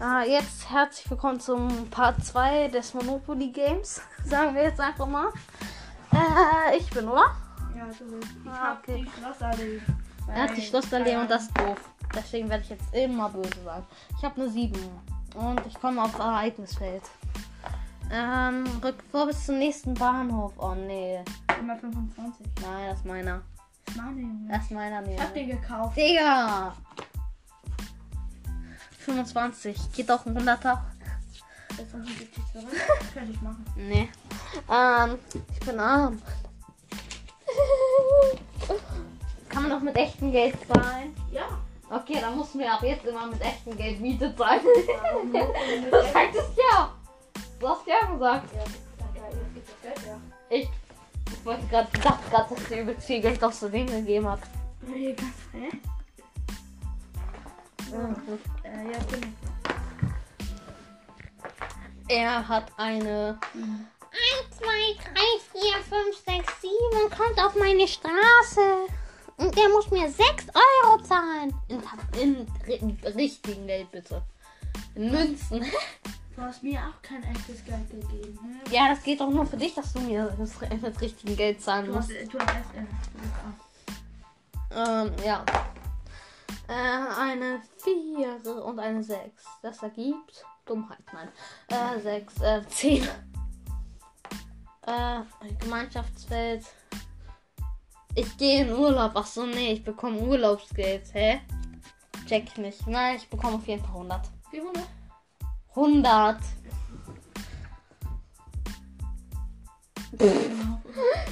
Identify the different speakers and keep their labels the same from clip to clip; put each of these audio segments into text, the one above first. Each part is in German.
Speaker 1: Ah, jetzt herzlich willkommen zum Part 2 des Monopoly Games. Sagen wir jetzt einfach mal. Äh, ich bin, oder?
Speaker 2: Ja, du bist. Ich
Speaker 1: Ah,
Speaker 2: hab
Speaker 1: okay.
Speaker 2: die Schlossallee.
Speaker 1: Er hat die Schlossallee und das ist doof. Deswegen werde ich jetzt immer böse sein. Ich habe eine 7 und ich komme auf Ereignisfeld. Ähm, rück vor bis zum nächsten Bahnhof. Oh nee.
Speaker 2: Immer 25.
Speaker 1: Nein, das ist meiner.
Speaker 2: Das meine Junge.
Speaker 1: Das ist meiner nee.
Speaker 2: Ich hab den gekauft.
Speaker 1: Digga! 25. Geht auch ein 100er.
Speaker 2: Das ist 75 zurück. Könnte ich machen.
Speaker 1: Nee. Ähm, ich bin arm. Kann man doch mit echtem Geld zahlen?
Speaker 2: Ja.
Speaker 1: Okay, dann mussten wir ab jetzt immer mit echtem Geld Miete zahlen. du
Speaker 2: Ja,
Speaker 1: sagtest ja. Du hast ja gesagt.
Speaker 2: jetzt gibt's das Geld, ja.
Speaker 1: Ich wollte gerade, dachte gerade, dass du übelst viel Geld aus dem gegeben hast.
Speaker 2: Mega. Hä? Äh, ja, bin
Speaker 1: Er hat eine
Speaker 3: 1, 2, 3, 4, 5, 6, 7 kommt auf meine Straße. Und er muss mir 6 Euro zahlen.
Speaker 1: in, in, in richtigen Geld, bitte. In Münzen.
Speaker 2: Du hast mir auch kein echtes Geld gegeben. Ne?
Speaker 1: Ja, das geht doch nur für dich, dass du mir das mit richtigen Geld zahlen
Speaker 2: Du hast,
Speaker 1: musst.
Speaker 2: du hast erst äh, du bist auch.
Speaker 1: Ähm, ja. Äh, eine 4 und eine 6. Das ergibt Dummheit, nein. Äh, 6, äh, 10. Äh, Gemeinschaftsfeld. Ich gehe in Urlaub. Ach so, nee, ich bekomme Urlaubsgeld. Hä? Check ich nicht. Nein, ich bekomme auf jeden Fall 100.
Speaker 2: 400?
Speaker 1: 100.
Speaker 2: Genau.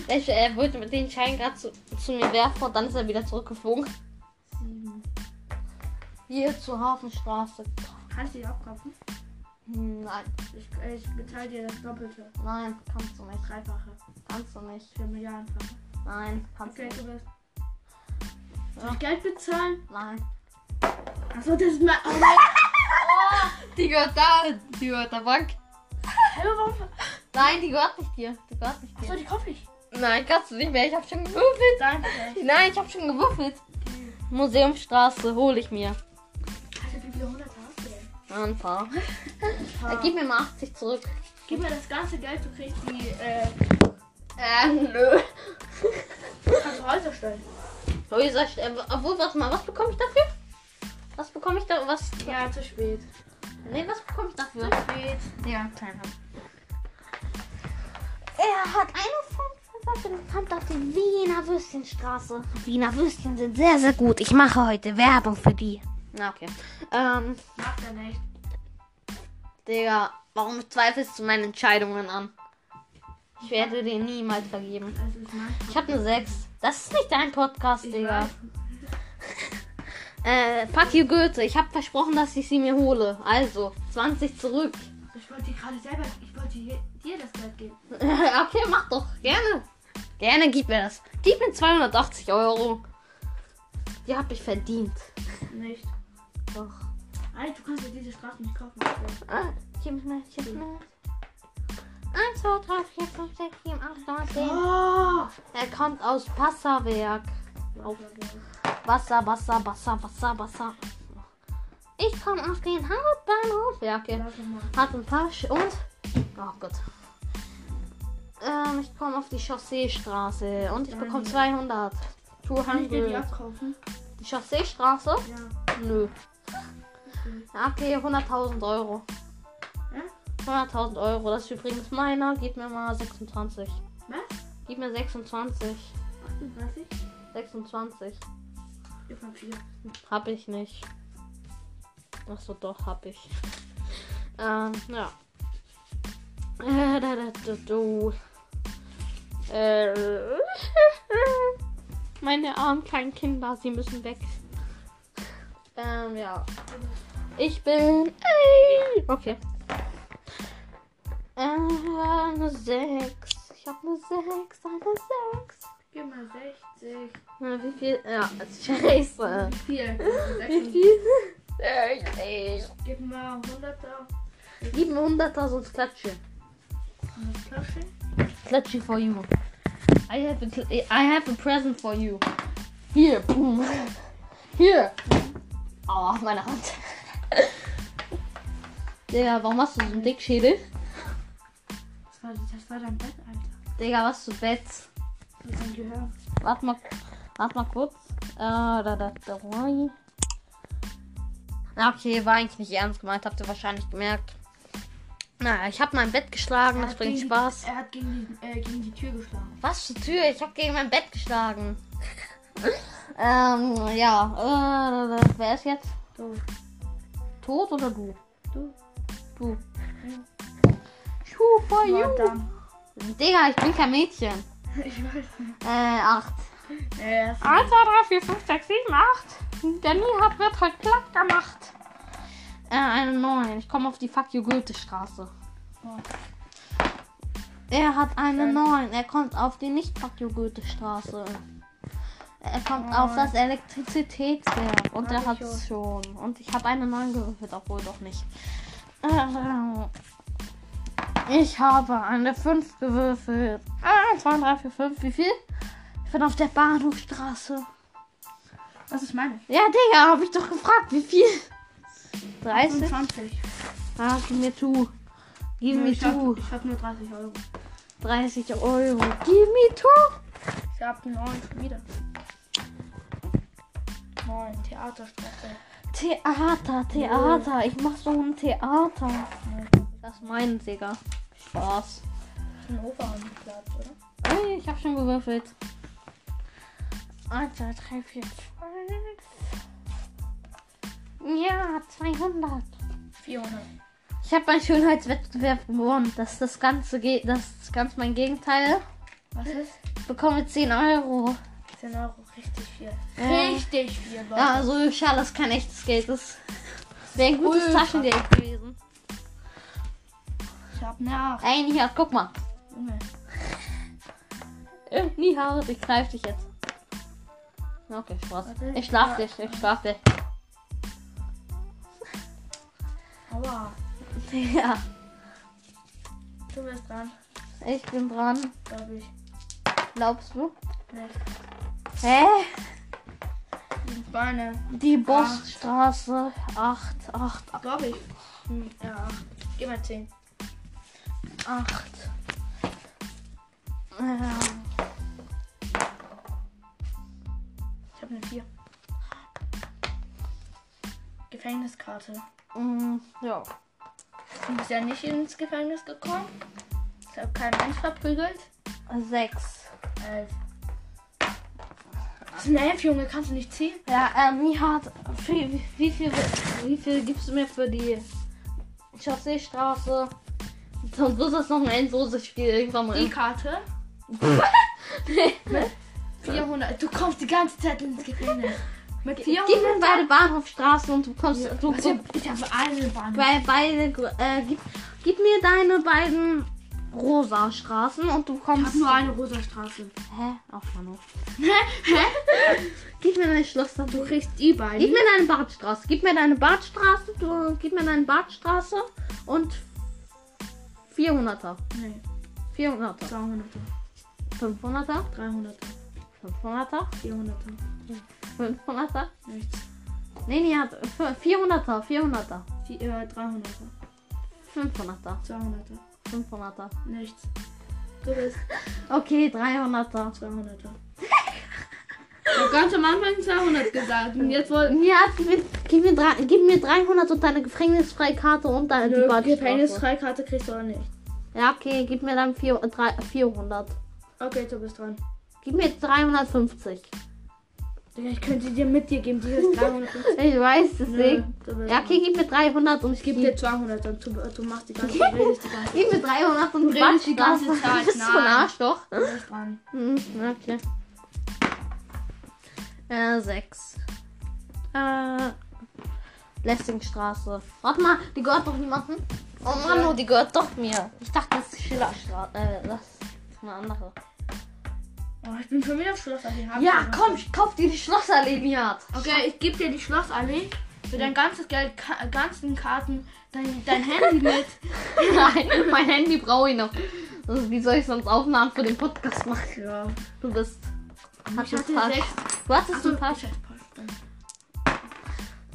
Speaker 1: Ich, er wollte mit den Schein gerade zu, zu mir werfen und dann ist er wieder zurückgeflogen.
Speaker 2: 7.
Speaker 1: Hier zur Hafenstraße.
Speaker 2: Kannst du die auch kaufen?
Speaker 1: Hm, Nein,
Speaker 2: Ich, äh, ich bezahle dir das Doppelte.
Speaker 1: nein, kannst du nicht.
Speaker 2: Dreifache.
Speaker 1: Kannst du nicht.
Speaker 2: Für Milliardenfache.
Speaker 1: Nein, kannst
Speaker 2: Okay,
Speaker 1: du nicht.
Speaker 2: du wirst. Soll ich Geld bezahlen?
Speaker 1: Nein.
Speaker 2: Achso, das ist mein. Oh mein
Speaker 1: Die gehört da. Die gehört der Bank.
Speaker 2: Hallo, warum?
Speaker 1: Nein, die gehört nicht dir. Die gehört nicht
Speaker 2: Achso,
Speaker 1: dir.
Speaker 2: die kaufe ich.
Speaker 1: Nein, kannst du nicht mehr. Ich habe schon gewürfelt.
Speaker 2: Danke. Alter,
Speaker 1: Nein, ich habe schon gewürfelt. Museumstraße hole ich mir.
Speaker 2: wie viele hundert hast du denn?
Speaker 1: Na, Ein paar. Äh, Gib mir mal 80 zurück.
Speaker 2: Gib mir das ganze Geld, du kriegst die. Äh,
Speaker 1: Äh, nö.
Speaker 2: kannst du Häuser stellen.
Speaker 1: Häuser, äh, obwohl, warte mal, was bekomme ich dafür? Was bekomme ich da? Was?
Speaker 2: Ja, zu spät.
Speaker 1: Nee, was bekomme ich dafür?
Speaker 2: Spät.
Speaker 1: Ja, kleiner.
Speaker 3: Er hat eine 5 und kommt auf die Wiener Würstchenstraße. Wiener Würstchen sind sehr, sehr gut. Ich mache heute Werbung für die.
Speaker 1: Na, okay. Ähm,
Speaker 2: Macht er nicht.
Speaker 1: Digga, warum zweifelst du meine Entscheidungen an? Ich werde dir niemals vergeben.
Speaker 2: Das ist mein.
Speaker 1: Ich habe eine 6. Das ist nicht dein Podcast,
Speaker 2: Ich
Speaker 1: Digga.
Speaker 2: weiß.
Speaker 1: Äh, fuck you Goethe. Ich habe versprochen, dass ich sie mir hole. Also, 20 zurück.
Speaker 2: Ich wollte dir gerade selber. Ich wollte dir dir das Geld geben.
Speaker 1: okay, mach doch. Gerne. Gerne, gib mir das. Gib mir 280 Euro. Die hab ich verdient.
Speaker 2: Nicht.
Speaker 1: Doch.
Speaker 2: Alter, du kannst dir diese Straße nicht kaufen.
Speaker 1: Ah,
Speaker 3: Gib mir, gib mir. 1, 2, 3, 4, 5, 6, 7, 8, 9, 10.
Speaker 2: Oh!
Speaker 1: er kommt aus Passawerk. Auf. Wasser, Wasser, Wasser, Wasser, Wasser.
Speaker 3: Ich komme auf den Hauptbahnhof.
Speaker 1: Ja, okay.
Speaker 2: Lass mal.
Speaker 1: Hat ein paar Sch und. Oh Gott. Ähm, ich komme auf die Chausseestraße und ich bekomme 200. Two
Speaker 2: Kann ich dir die
Speaker 1: hundred.
Speaker 2: abkaufen?
Speaker 1: Die Chausseestraße?
Speaker 2: Ja.
Speaker 1: Nö. Ja, okay, 100.000 Euro.
Speaker 2: Hä?
Speaker 1: 100.000 Euro, das ist übrigens meiner. Gib mir mal 26.
Speaker 2: Was?
Speaker 1: Gib mir 26.
Speaker 2: 38?
Speaker 1: 26.
Speaker 2: Ich fand 4.
Speaker 1: Hab ich nicht. Achso, doch, hab ich. Ähm, ja. Äh, da, da, da, du. Äh, meine armen kleinen Kinder, sie müssen weg. Ähm, ja. Ich bin. Ey! Okay. Äh, eine 6. Ich hab eine 6, eine 6.
Speaker 2: Gib mal 60.
Speaker 1: Na, wie viel? Ja, scheiße.
Speaker 2: Wie viel?
Speaker 1: Wie
Speaker 2: 60.
Speaker 1: viel? Wirklich.
Speaker 2: Gib mal 100 da.
Speaker 1: Gib mir 100er, sonst klatsche.
Speaker 2: Eine Flasche.
Speaker 1: Klatsche for you. I have a, cl- I have a present for you. Hier, boom. Hier. Aua, meine Hand. Digga, warum hast du so einen Dickschädel?
Speaker 2: Das war, das war dein Bett, Alter.
Speaker 1: Digga, was zu Bett?
Speaker 2: Das ist dein Gehirn.
Speaker 1: Warte mal, warte mal kurz. Äh, da, da, da, ui. Na, Okay, war eigentlich nicht ernst gemeint, habt ihr wahrscheinlich gemerkt. Naja, ich hab mein Bett geschlagen,
Speaker 2: Er
Speaker 1: das
Speaker 2: hat
Speaker 1: bringt
Speaker 2: gegen
Speaker 1: Spaß.
Speaker 2: Die, er hat gegen die, äh, gegen die Tür geschlagen.
Speaker 1: Was zur Tür? Ich hab gegen mein Bett geschlagen. ähm, ja. Äh, wer ist jetzt? Oh,
Speaker 2: So.
Speaker 1: Tot oder du?
Speaker 2: Du.
Speaker 1: Du. Schuh for you.
Speaker 2: Verdammt.
Speaker 1: Digga, ich bin kein Mädchen.
Speaker 2: Ich weiß nicht.
Speaker 1: Äh, acht.
Speaker 2: Er ist
Speaker 1: 1, 2, 3, 4, 5, 6, 7, 8. Danny hat, wird halt platt gemacht. Äh, eine 9. Ich komme auf die Fuck You Goethe-Straße.
Speaker 2: Oh.
Speaker 1: Er hat eine
Speaker 2: Schön.
Speaker 1: 9. Er kommt auf die nicht Fuck You Goethe-Straße. Er kommt auf
Speaker 2: Oh.
Speaker 1: das Elektrizitätswerk. Und er
Speaker 2: Hab
Speaker 1: hat
Speaker 2: ich
Speaker 1: es schon. Und ich habe eine 9 gewürfelt, obwohl doch nicht. Äh, Ich habe eine 5 gewürfelt. Ah, 1, 2, 3, 4, 5. Wie viel? Ich bin auf der Bahnhofstraße.
Speaker 2: Das ist meine.
Speaker 1: Ja, Digga, hab ich doch gefragt, wie viel? 30?
Speaker 2: 25.
Speaker 1: Ah, gib mir zu. Gib mir
Speaker 2: ich hab,
Speaker 1: zu.
Speaker 2: ich hab nur 30 Euro.
Speaker 1: 30 Euro. Gib mir zu.
Speaker 2: Ich hab die 9 schon wieder. 9. Theaterstraße.
Speaker 1: Theater, Theater. Ich mach so ein Theater. Das ist mein, Digga. Spaß.
Speaker 2: Ein Opernplatz, oder?
Speaker 1: Ey, ich hab schon gewürfelt. 1, 2, 3, 4, 12. Ja, 200.
Speaker 2: 400.
Speaker 1: Ich habe meinen Schönheitswettbewerb gewonnen. Das ist das ganze, Ge das ist ganz mein Gegenteil.
Speaker 2: Was ist?
Speaker 1: Ich bekomme 10 Euro.
Speaker 2: 10 Euro. Richtig viel.
Speaker 1: Ja.
Speaker 2: Richtig viel, Leute.
Speaker 1: Äh. Ja, also schade, dass kein echtes Geld ist. Wäre ein gutes
Speaker 2: Ultra.
Speaker 1: Taschengeld gewesen.
Speaker 2: Ich hab eine 8.
Speaker 1: Ey, Nihard, guck mal.
Speaker 2: Junge.
Speaker 1: Äh, Nihard, ich greif dich jetzt. Okay, Spaß.
Speaker 2: Warte,
Speaker 1: Ich schlaf
Speaker 2: ja.
Speaker 1: dich, ich schlaf dich.
Speaker 2: Aua.
Speaker 1: Ja,
Speaker 2: Du bist dran,
Speaker 1: ich bin dran.
Speaker 2: glaube ich.
Speaker 1: Glaubst du?
Speaker 2: Nicht.
Speaker 1: Hä?
Speaker 2: Die Beine.
Speaker 1: Die Bossstraße 8, 8,
Speaker 2: Glaube ich. Hm, ja. Geh mal 10.
Speaker 1: 8. Ähm,
Speaker 2: Ich habe eine 4. Gefängniskarte.
Speaker 1: mm, ja.
Speaker 2: Du bist ja nicht ins Gefängnis gekommen. Ich habe keinen Mensch verprügelt.
Speaker 1: 6.
Speaker 2: Elf. Das ist ein Elf, Junge. Kannst du nicht ziehen?
Speaker 1: Ja, ähm, Nihard, wie, wie, viel, wie viel gibst du mir für die Chausseestraße? Sonst wird das noch ein endloses Spiel irgendwann mal.
Speaker 2: Die Karte. 400. Du kommst die ganze Zeit ins Gefängnis. Mit
Speaker 1: Gib mir
Speaker 2: 400.
Speaker 1: beide Bahnhofstraßen und du kommst. Du,
Speaker 2: Ich
Speaker 1: du,
Speaker 2: hab- Ich habe eine Bahn.
Speaker 1: bei, beide, äh, gib, gib mir deine beiden rosa Straßen und du
Speaker 2: Ich
Speaker 1: kommst.
Speaker 2: habe nur eine rosa Straße.
Speaker 1: Hä? Auf Manu. gib mir deine Schlossstraße.
Speaker 2: Du kriegst die beiden.
Speaker 1: Gib mir deine Badstraße. Gib mir deine Badstraße. Du, gib mir deine Badstraße und 400er.
Speaker 2: Nee,
Speaker 1: 400er.
Speaker 2: 200,
Speaker 1: 500er.
Speaker 2: 300,
Speaker 1: 500er.
Speaker 2: 400.
Speaker 1: 500er.
Speaker 2: Nichts.
Speaker 1: Nee, nee, hat f- 400er. 400er.
Speaker 2: Die, äh, 300,
Speaker 1: 500er.
Speaker 2: 200,
Speaker 1: 500er.
Speaker 2: nichts. Du bist
Speaker 1: Okay, 300er.
Speaker 2: 200. Ich habe ganz am Anfang 200 gesagt und jetzt wollen
Speaker 1: Ja, gib mir, gib mir, drei- gib mir 300 und deine Gefängnisfreikarte und deine die
Speaker 2: eine
Speaker 1: Badstraße.
Speaker 2: Gefängnisfreikarte kriegst du auch nicht.
Speaker 1: Ja, okay, gib mir dann vier, drei, 400.
Speaker 2: Okay, du bist dran.
Speaker 1: Gib mir jetzt 350.
Speaker 2: Digga, ich könnte sie dir mit dir geben, die ist 350.
Speaker 1: Ich weiß,
Speaker 2: Nö,
Speaker 1: deswegen.
Speaker 2: du bist
Speaker 1: Ja, okay,
Speaker 2: dran.
Speaker 1: gib mir 300 und ich
Speaker 2: Ich gebe dir 200 und du, du machst die ganze Zeit. redest die ganze
Speaker 1: Gib mir 300 und
Speaker 2: Du redest die ganze
Speaker 1: Badstraße.
Speaker 2: Zeit,
Speaker 1: Bist du von
Speaker 2: nein.
Speaker 1: Arsch, doch?
Speaker 2: Du bist dran.
Speaker 1: Hm, okay. Äh, 6. Äh, Lessingstraße. Warte mal, die gehört doch niemandem. Oh Mann, oh, die gehört doch mir. Ich dachte, das ist Schillerstraße. Äh, das ist eine andere.
Speaker 2: Oh, ich bin schon wieder auf Schlossallee. Hab ich
Speaker 1: Ja,
Speaker 2: schon.
Speaker 1: komm, kauf dir die Schlossallee, Nihat.
Speaker 2: Okay, ich gebe dir die Schlossallee für dein ganzes Geld, ka ganzen Karten, dein, dein Handy mit.
Speaker 1: Nein, mein Handy brauche ich noch. Also, wie soll ich sonst Aufnahmen für den Podcast machen?
Speaker 2: Ja.
Speaker 1: Du bist.
Speaker 2: Ich
Speaker 1: Hattest
Speaker 2: hatte
Speaker 1: falsch.
Speaker 2: sechs.
Speaker 1: Du hattest
Speaker 2: Achso,
Speaker 1: ein
Speaker 2: ich
Speaker 1: paar.
Speaker 2: hatte falsch.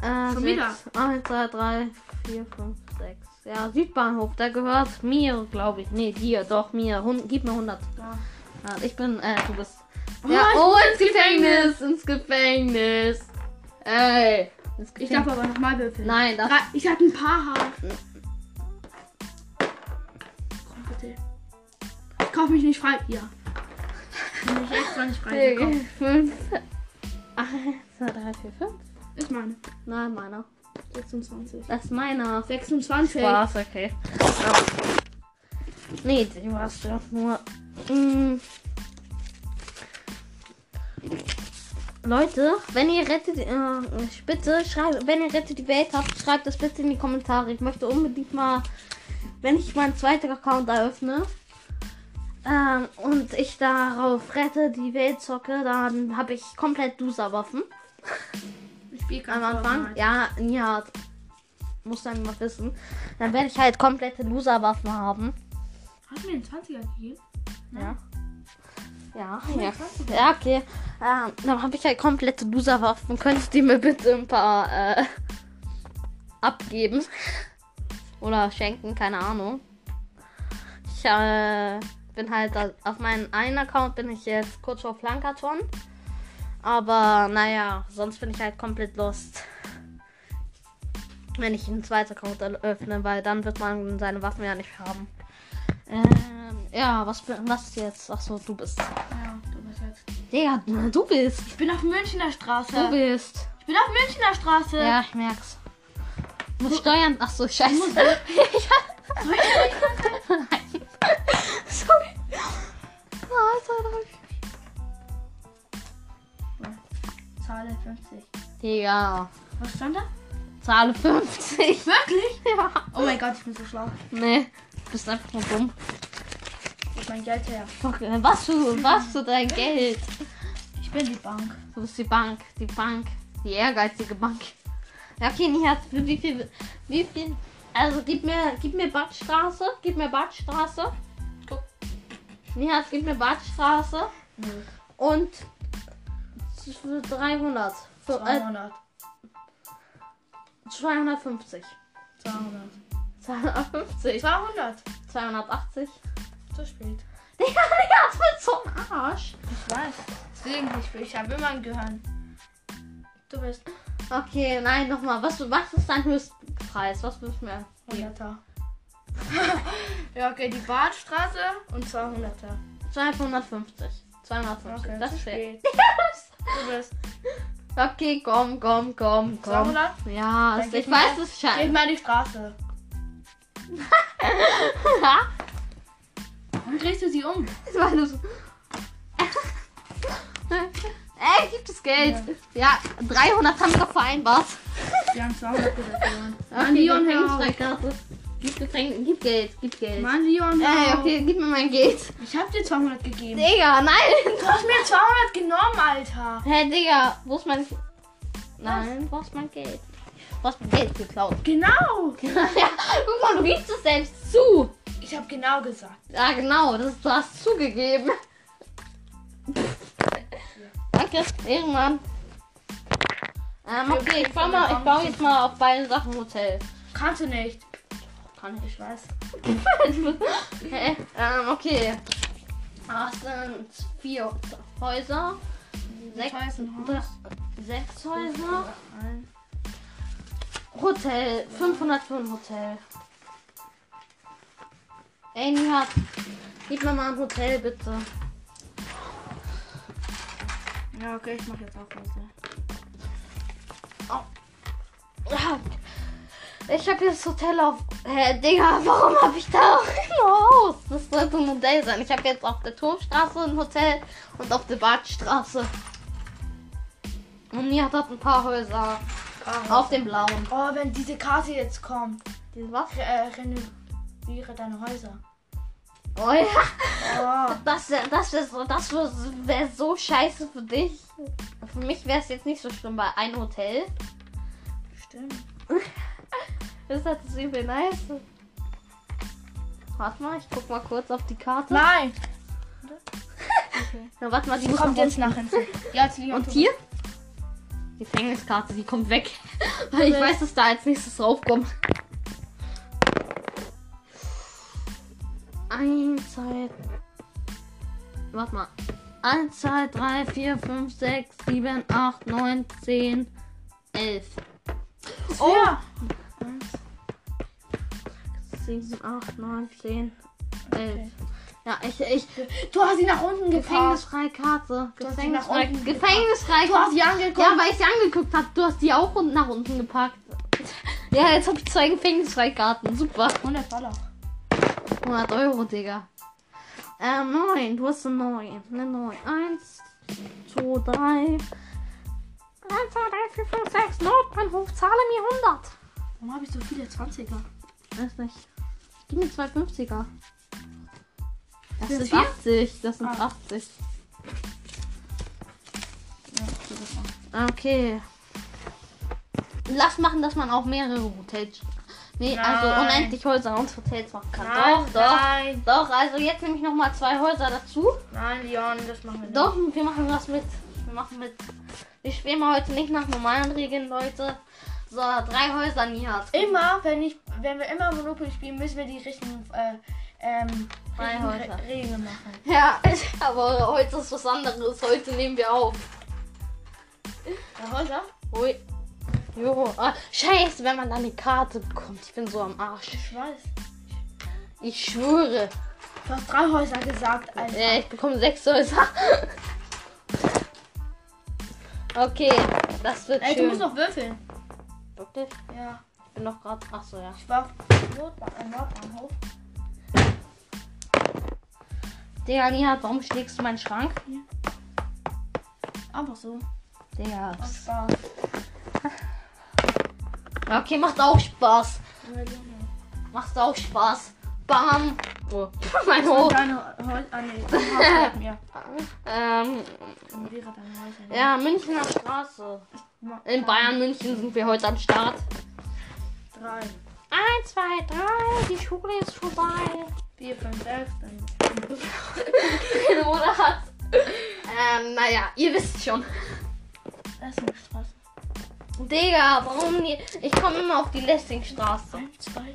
Speaker 1: Äh,
Speaker 2: Schon
Speaker 1: sechs. 1, 2, 3, 4, 5, 6, Ja, Südbahnhof, da gehört mir, glaube ich. Nee, dir, doch, mir. Hun gib mir 100.
Speaker 2: Da.
Speaker 1: Ja, ich bin, äh, du bist.
Speaker 2: Oh,
Speaker 1: Ja,
Speaker 2: ich
Speaker 1: oh,
Speaker 2: bin
Speaker 1: ins Gefängnis, ins Gefängnis. Ey. Ins
Speaker 2: Ich
Speaker 1: Gefängnis.
Speaker 2: darf aber nochmal würfeln.
Speaker 1: Nein, Hm. das.
Speaker 2: Drei- Ich hatte ein paar Haare. Komm bitte. Ich kauf mich nicht frei. Ja. Ich bin mich extra nicht frei. gekommen.
Speaker 1: 5. 1, 2, 3, 4, 5.
Speaker 2: Ist meine.
Speaker 1: Nein, meiner.
Speaker 2: 26.
Speaker 1: Das ist meiner.
Speaker 2: 26.
Speaker 1: Spaß, okay. Aber nee, du hast ja nur. Mm. Leute, wenn ihr rettet, äh, ich bitte schreibt, wenn ihr rettet die Welt habt, schreibt das bitte in die Kommentare. Ich möchte unbedingt mal, wenn ich meinen zweiten Account eröffne ähm, und ich darauf rette die Welt zocke, dann habe ich komplett Loser-Waffen.
Speaker 2: Ich spiel ganz
Speaker 1: Am Anfang?
Speaker 2: normal.
Speaker 1: Ja, ja. Muss dann mal wissen. Dann werde ich halt komplette Loser-Waffen haben.
Speaker 2: Hast du mir den 20er gegeben?
Speaker 1: Ja. Ja, ja.
Speaker 2: Ja.
Speaker 1: Ja, okay. Ähm, dann habe ich halt komplette Loser-Waffen. Könntest du mir bitte ein paar äh, abgeben? Oder schenken, keine Ahnung. Ich äh, bin halt da- auf meinem einen Account bin ich jetzt kurz vor Plankaton. Aber naja, sonst bin ich halt komplett lost. Wenn ich einen zweiten Account öffne, weil dann wird man seine Waffen ja nicht haben. Ähm, ja, was, was jetzt? Achso, du bist.
Speaker 2: Ja, du bist jetzt.
Speaker 1: Digga, du du bist.
Speaker 2: Ich bin auf Münchner
Speaker 1: Du
Speaker 2: Straße.
Speaker 1: bist.
Speaker 2: Ich bin auf Münchner Straße.
Speaker 1: Ja, ich merk's. Muss steuern. Achso, scheiße. Nein. Sorry. Ah, sorry.
Speaker 2: Zahle 50.
Speaker 1: Digga,
Speaker 2: Was stand da?
Speaker 1: zahle 50.
Speaker 2: Wirklich?
Speaker 1: Ja.
Speaker 2: Oh mein Gott, ich bin so schlau.
Speaker 1: Nee, du bist einfach nur dumm.
Speaker 2: Wo ist mein Geld her?
Speaker 1: Fuck, äh, Was du, was du dein Geld?
Speaker 2: Ich bin die Bank.
Speaker 1: Du bist die Bank, die Bank, die ehrgeizige Bank. Ja, okay, Nihat, für wie viel, wie viel, also gib mir, gib mir Badstraße, gib mir Badstraße.
Speaker 2: Guck.
Speaker 1: Nihat, gib mir Badstraße
Speaker 2: Null.
Speaker 1: und für 300, für, äh,
Speaker 2: 200.
Speaker 1: 250,
Speaker 2: 200.
Speaker 1: 250,
Speaker 2: 200.
Speaker 1: 280.
Speaker 2: Zu spät.
Speaker 1: Digga, Nihat, du bist so ein Arsch.
Speaker 2: Ich weiß. Deswegen nicht spät. Ich habe immer ein Gehirn. Du bist
Speaker 1: Okay, nein, nochmal, was, was ist dein Höchstpreis, was willst du mir?
Speaker 2: 100er. ja, okay, die Badstraße und 200er.
Speaker 1: 250, 250,
Speaker 2: Okay,
Speaker 1: das
Speaker 2: zu
Speaker 1: ist fair.
Speaker 2: spät. Du bist
Speaker 1: Okay, komm, komm, komm, komm.
Speaker 2: 200.
Speaker 1: Ja,
Speaker 2: Dann
Speaker 1: es-
Speaker 2: geht
Speaker 1: ich weiß
Speaker 2: mal-
Speaker 1: es
Speaker 2: Geh
Speaker 1: schon.
Speaker 2: mal in die Straße. Und drehst du sie um?
Speaker 1: Ich weiß es. Ey, gibt es Geld? Ja, 300 haben wir doch vereinbart.
Speaker 2: Wir haben 200 gesagt, Leon.
Speaker 1: Okay,
Speaker 2: Leon, hör auf.
Speaker 1: Gefängnisfreikarte. Gib, Gefäng gib Geld, gib Geld.
Speaker 2: Mann, Leon, hör
Speaker 1: Ey,
Speaker 2: auf.
Speaker 1: Äh, okay, gib mir mein Geld.
Speaker 2: Ich hab dir 200 gegeben.
Speaker 1: Digga, nein.
Speaker 2: Du hast mir 200 genommen, Alter.
Speaker 1: Hä, hey, Digga, wo ist mein... Nein, wo ist mein Geld? Du hast mein Geld geklaut.
Speaker 2: Genau.
Speaker 1: ja, guck mal, du gibst es selbst zu.
Speaker 2: Ich hab genau gesagt.
Speaker 1: Ja, genau, das, du hast zugegeben. Danke, Ehrenmann. Ähm, okay, ich baue, mal, ich baue jetzt mal auf beiden Sachen ein Hotel.
Speaker 2: Kannst du nicht.
Speaker 1: Kann ich.
Speaker 2: Ich weiß.
Speaker 1: Hä? ähm, okay. Ah, es sind vier Häuser. Sechs,
Speaker 2: Scheiße, ein
Speaker 1: drei-
Speaker 2: Haus.
Speaker 1: sechs Häuser.
Speaker 2: Ein.
Speaker 1: Hotel. 500 für ein Hotel. Ey, Nihat, gib mir mal ein Hotel, bitte.
Speaker 2: Ja, okay, ich mach jetzt auch was. ne?
Speaker 1: Ah, Ich habe jetzt Hotel auf. Hä, Digga, warum habe ich da ein Haus? Das sollte ein Hotel sein. Ich habe jetzt auf der Turmstraße ein Hotel und auf der Badstraße. Und Nia hat ein paar Häuser auf dem blauen.
Speaker 2: Oh, wenn diese Karte jetzt kommt,
Speaker 1: Diese was?
Speaker 2: re äh, renoviere deine Häuser.
Speaker 1: Oh ja,
Speaker 2: Oh.
Speaker 1: das, wär- das wäre so, das wär, wär so scheiße für dich. Für mich wäre es jetzt nicht so schlimm bei einem Hotel.
Speaker 2: Stimmt.
Speaker 1: Das ist halt das übel nice. Warte mal, ich guck mal kurz auf die Karte.
Speaker 2: Nein.
Speaker 1: Na, warte mal, die muss
Speaker 2: Kommt
Speaker 1: noch
Speaker 2: jetzt nach hinzu. Ja, jetzt Leon.
Speaker 1: Und hier? Die Gefängniskarte, die kommt weg. Weil ich weiß, dass da als nächstes draufkommt. 1, 2, warte mal. 1, 2, 3, 4, 5, 6, 7, 8, 9, 10, 11.
Speaker 2: Oh! Ja.
Speaker 1: 7, 8, 9, 10, 11. Ja, ich, ich,
Speaker 2: Du hast ihn nach unten gefangen.
Speaker 1: gefängnisfreie Karte.
Speaker 2: Du hast sie nach
Speaker 1: Gefängnisfreie,
Speaker 2: unten
Speaker 1: gefängnisfreie
Speaker 2: Du
Speaker 1: Karte.
Speaker 2: hast ihn angeguckt.
Speaker 1: Ja, weil ich sie angeguckt habe. Du hast die auch unten nach unten gepackt. Ja, jetzt habe ich zwei gefängnisfreie Karten. Super.
Speaker 2: 100 Dollar.
Speaker 1: 100 Euro, Digga. Ähm, 9. Du hast eine 9. Eine 9. 1, 2, 3.
Speaker 3: 1, 2, 3, 4, 5, 6, Nordbahnhof, zahle mir 100.
Speaker 2: Warum habe ich so viele 20er?
Speaker 1: Weiß nicht. Gib mir zwei 50er. Das sind
Speaker 2: Sind's vier?
Speaker 1: 80. Das sind
Speaker 2: Ah.
Speaker 1: 80.
Speaker 2: Ja, ich geh das an.
Speaker 1: Ah, Okay. Lass machen, dass man auch mehrere Hotels. Nee, also
Speaker 2: Nein.
Speaker 1: unendlich Häuser und Hotels machen kann.
Speaker 2: Nein,
Speaker 1: doch,
Speaker 2: nein.
Speaker 1: doch. Doch, also jetzt nehme ich nochmal zwei Häuser dazu.
Speaker 2: Nein, Leon, das machen wir nicht.
Speaker 1: Doch, wir machen was mit. Wir machen mit. Wir spielen mal heute nicht nach normalen Regeln, Leute. So, drei Häuser Nias.
Speaker 2: Immer, wenn, ich, wenn wir immer Monopoly spielen, müssen wir die richtigen äh, ähm,
Speaker 1: Drei
Speaker 2: richtigen
Speaker 1: Häuser.
Speaker 2: Re- Regeln machen.
Speaker 1: Ja, aber heute ist was anderes. Heute nehmen wir auf.
Speaker 2: Drei Häuser?
Speaker 1: Ui. Jo. Ah, scheiße, wenn man dann die Karte bekommt. Ich bin so am Arsch.
Speaker 2: Ich weiß.
Speaker 1: Ich schwöre.
Speaker 2: Du hast drei Häuser gesagt, Alter.
Speaker 1: Ja, ich bekomme sechs Häuser. Okay, das wird
Speaker 2: Ey, du
Speaker 1: schön.
Speaker 2: musst noch würfeln.
Speaker 1: Wirklich?
Speaker 2: Ja.
Speaker 1: Ich bin noch gerade. Achso, ja.
Speaker 2: Ich war auf Nordbahn- am Nordbahnhof.
Speaker 1: Digga, Nia, warum schlägst du meinen Schrank?
Speaker 2: Einfach so.
Speaker 1: Digga.
Speaker 2: Aus Spaß.
Speaker 1: Okay, macht auch Spaß.
Speaker 2: Oh.
Speaker 1: Macht auch Spaß. Bam. Oh, mein
Speaker 2: Oh.
Speaker 1: Hoch.
Speaker 2: Deine Häuser. Ah, nee. Du hast mir.
Speaker 1: Ähm,
Speaker 2: Dann wäre deine Häuser.
Speaker 1: ja, Münchner Straße.
Speaker 2: Ma-
Speaker 1: In Bayern, München sind wir heute am Start.
Speaker 2: Drei.
Speaker 3: 1, 2, 3, die Schule ist vorbei.
Speaker 2: 4, 5, 6, dann.
Speaker 1: Meine Mutter hat. Ähm, naja, ihr wisst schon.
Speaker 2: Das ist eine Straße.
Speaker 1: Digga, warum die. Ich komme immer auf die Lessingstraße.
Speaker 2: 1, 2, 3,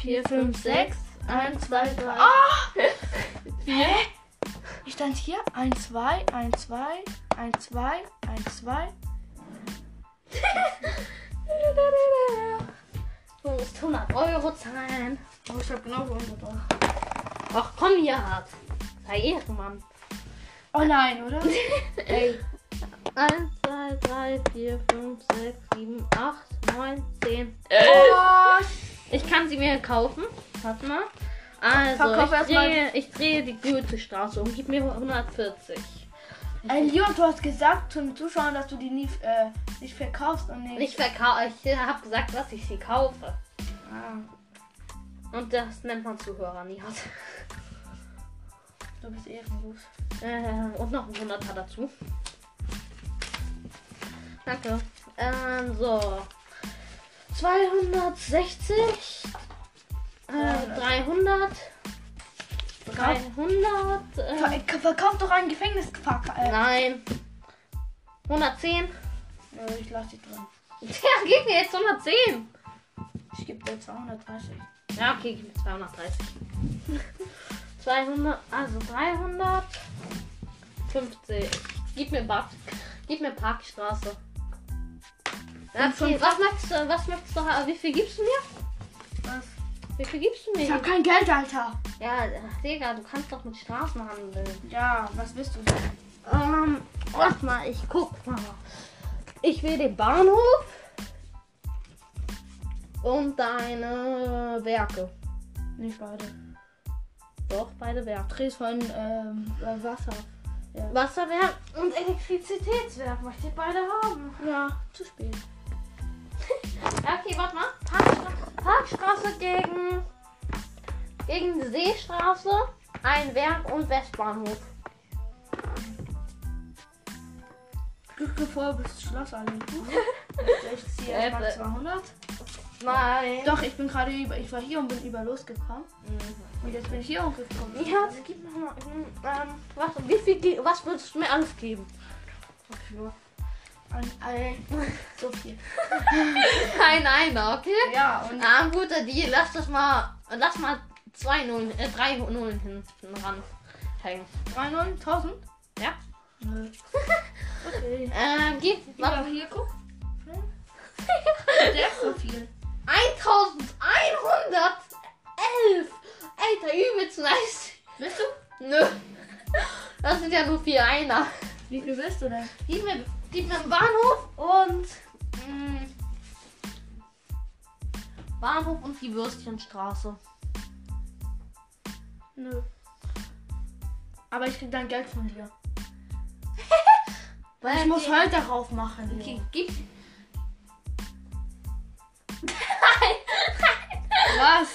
Speaker 1: 4, 5, 6.
Speaker 2: 1, 2, 3. Ah, Hä? Ich stand hier. 1, 2, 1, 2, 1, 2, 1, 2.
Speaker 1: Du musst 100 Euro zahlen.
Speaker 2: Oh, ich hab genau so umgebracht.
Speaker 1: Ach komm, hier hart. Sei Ehrenmann.
Speaker 2: Oh nein, oder?
Speaker 1: 1, 2, 3, 4, 5, 6, 7, 8, 9, 10.
Speaker 2: Oh,
Speaker 1: Ich kann sie mir kaufen. Warte mal. Also,
Speaker 2: Verkauf
Speaker 1: ich
Speaker 2: erst mal.
Speaker 1: drehe, ich drehe die Goethestraße um. Gib mir 140.
Speaker 2: Ey, Leon, du hast gesagt zu den Zuschauern, dass du die nie, äh, nicht verkaufst und
Speaker 1: Ich,
Speaker 2: nicht.
Speaker 1: verkau- ich habe gesagt, dass ich sie kaufe.
Speaker 2: Ah,
Speaker 1: Und das nennt man Zuhörer, Nihat.
Speaker 2: du bist eh ehrenlos.
Speaker 1: Äh, und noch ein 100er dazu. Danke. Ähm, so. 260. Äh, 300. 300. Äh,
Speaker 2: Ver verkauf doch einen Gefängnispark. Äh,
Speaker 1: nein. 110.
Speaker 2: äh, ich lass dich drin.
Speaker 1: Ja, gib mir jetzt 110.
Speaker 2: Ich geb dir 230.
Speaker 1: Ja, okay, gib mir 230. 200, also 350. Gib mir Park, gib mir Parkstraße. Ja,
Speaker 2: Und schon
Speaker 1: okay, was möchtest du, was möchtest du, ha- wie viel gibst du mir?
Speaker 2: Was?
Speaker 1: Wie viel gibst du
Speaker 2: Ich hab
Speaker 1: mir?
Speaker 2: kein Geld, Alter.
Speaker 1: Ja, Digga, du kannst doch mit Straßen handeln.
Speaker 2: Ja, was willst du denn?
Speaker 1: Ähm, warte mal, ich guck mal. Ich will den Bahnhof und deine Werke.
Speaker 2: Nicht beide.
Speaker 1: Doch, beide Werke.
Speaker 2: Drehst von ähm, äh, Wasser.
Speaker 1: Wasserwerk und Elektrizitätswerk möchte ich beide haben.
Speaker 2: Ja, zu spät.
Speaker 1: Ja, okay, warte mal. Parkstra Parkstraße gegen, gegen die Seestraße, ein Werk und Westbahnhof.
Speaker 2: Glück vor bis Schloss an. Ich ziehe erstmal
Speaker 1: Äh,
Speaker 2: 200.
Speaker 1: Nein. Mhm.
Speaker 2: Doch, ich bin gerade über. Ich war hier und bin über losgekommen. Und jetzt bin ich hier hochgekommen.
Speaker 1: Ja, es gibt noch mal. Ähm, was, wie viel, ge- was würdest du mir alles geben?
Speaker 2: Ein, ein, so viel.
Speaker 1: Kein einer, okay?
Speaker 2: Ja, und Ah.
Speaker 1: Na, ein guter Deal. Lass das mal. Lass mal zwei Nullen, äh, drei Nullen hinten ran hängen.
Speaker 2: 3.9.000?
Speaker 1: Ja?
Speaker 2: Nö. Okay.
Speaker 1: Äh, gib,
Speaker 2: Mal
Speaker 1: warte,
Speaker 2: hier guck. Der ist so viel.
Speaker 1: 1111! Alter, übelst nice!
Speaker 2: Willst du?
Speaker 1: Nö. Das sind ja nur vier Einer.
Speaker 2: Wie viel willst du denn?
Speaker 1: Gib mir, gib mir einen Bahnhof und. mm, Bahnhof und die Würstchenstraße.
Speaker 2: Nö. Aber ich krieg dein Geld von dir. Weil ich
Speaker 1: Ähm,
Speaker 2: muss
Speaker 1: die-
Speaker 2: Holz darauf machen.
Speaker 1: G-
Speaker 2: Junge.
Speaker 1: Gib.
Speaker 2: Was?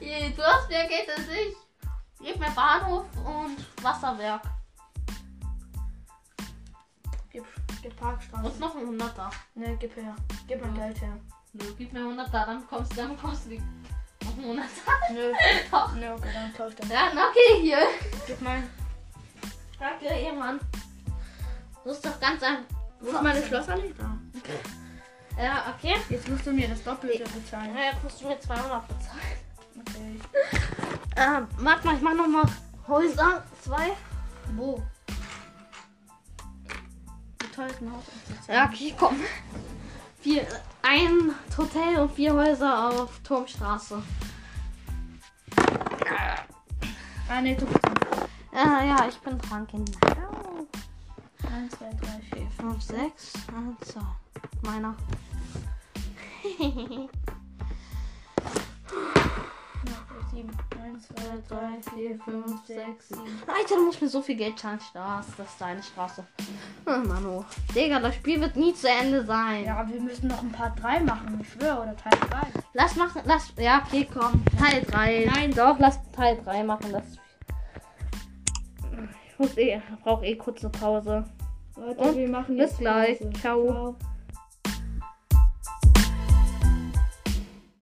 Speaker 1: Ja, du hast mehr Geld als ich. Gib mir Bahnhof und Wasserwerk.
Speaker 2: Gib, gib Parkstraße.
Speaker 1: Und noch ein Hunderter.
Speaker 2: Ne, gib her. Gib mein Geld her.
Speaker 1: Nö, gib mir 100 da, dann kommst du, dann kommst du die. Noch ein 100 da.
Speaker 2: Nö.
Speaker 1: Doch.
Speaker 2: Nö, okay, dann tausch dann.
Speaker 1: Ja, na okay, hier.
Speaker 2: Gib mein.
Speaker 1: Danke, Ehemann. Du bist doch ganz einfach.
Speaker 2: Wo ist meine Schlossallee da?
Speaker 1: Ja, okay.
Speaker 2: Jetzt musst du mir das Doppelte bezahlen.
Speaker 1: Ja, jetzt musst du mir 200 bezahlen.
Speaker 2: Okay.
Speaker 1: Ähm, warte mal, ich mach nochmal Häuser 2.
Speaker 2: Wo? Wie teuer ist ein Haus?
Speaker 1: Ja, okay, komm. Vier, ein Hotel und vier Häuser auf Turmstraße.
Speaker 2: Ah, ne, du.
Speaker 1: Ja, Äh, ja, ich bin dran, Kinder.
Speaker 2: 1, 2, 3, 4.
Speaker 1: 5, 6, und Ah, so. Meiner. Alter, du musst mir so viel Geld zahlen. Straße, das ist deine Straße. Oh, Manu. Digga, das Spiel wird nie zu Ende sein.
Speaker 2: Ja, wir müssen noch ein paar 3 machen, ich schwöre, oder Teil 3.
Speaker 1: Lass machen, lass. Ja, okay, komm. Teil 3. Nein, doch, lass Teil 3 machen. Das ich muss eh, brauche eh kurze Pause.
Speaker 2: Leute,
Speaker 1: Und
Speaker 2: wir machen
Speaker 1: bis
Speaker 2: jetzt
Speaker 1: gleich.
Speaker 2: Pause.
Speaker 1: Ciao.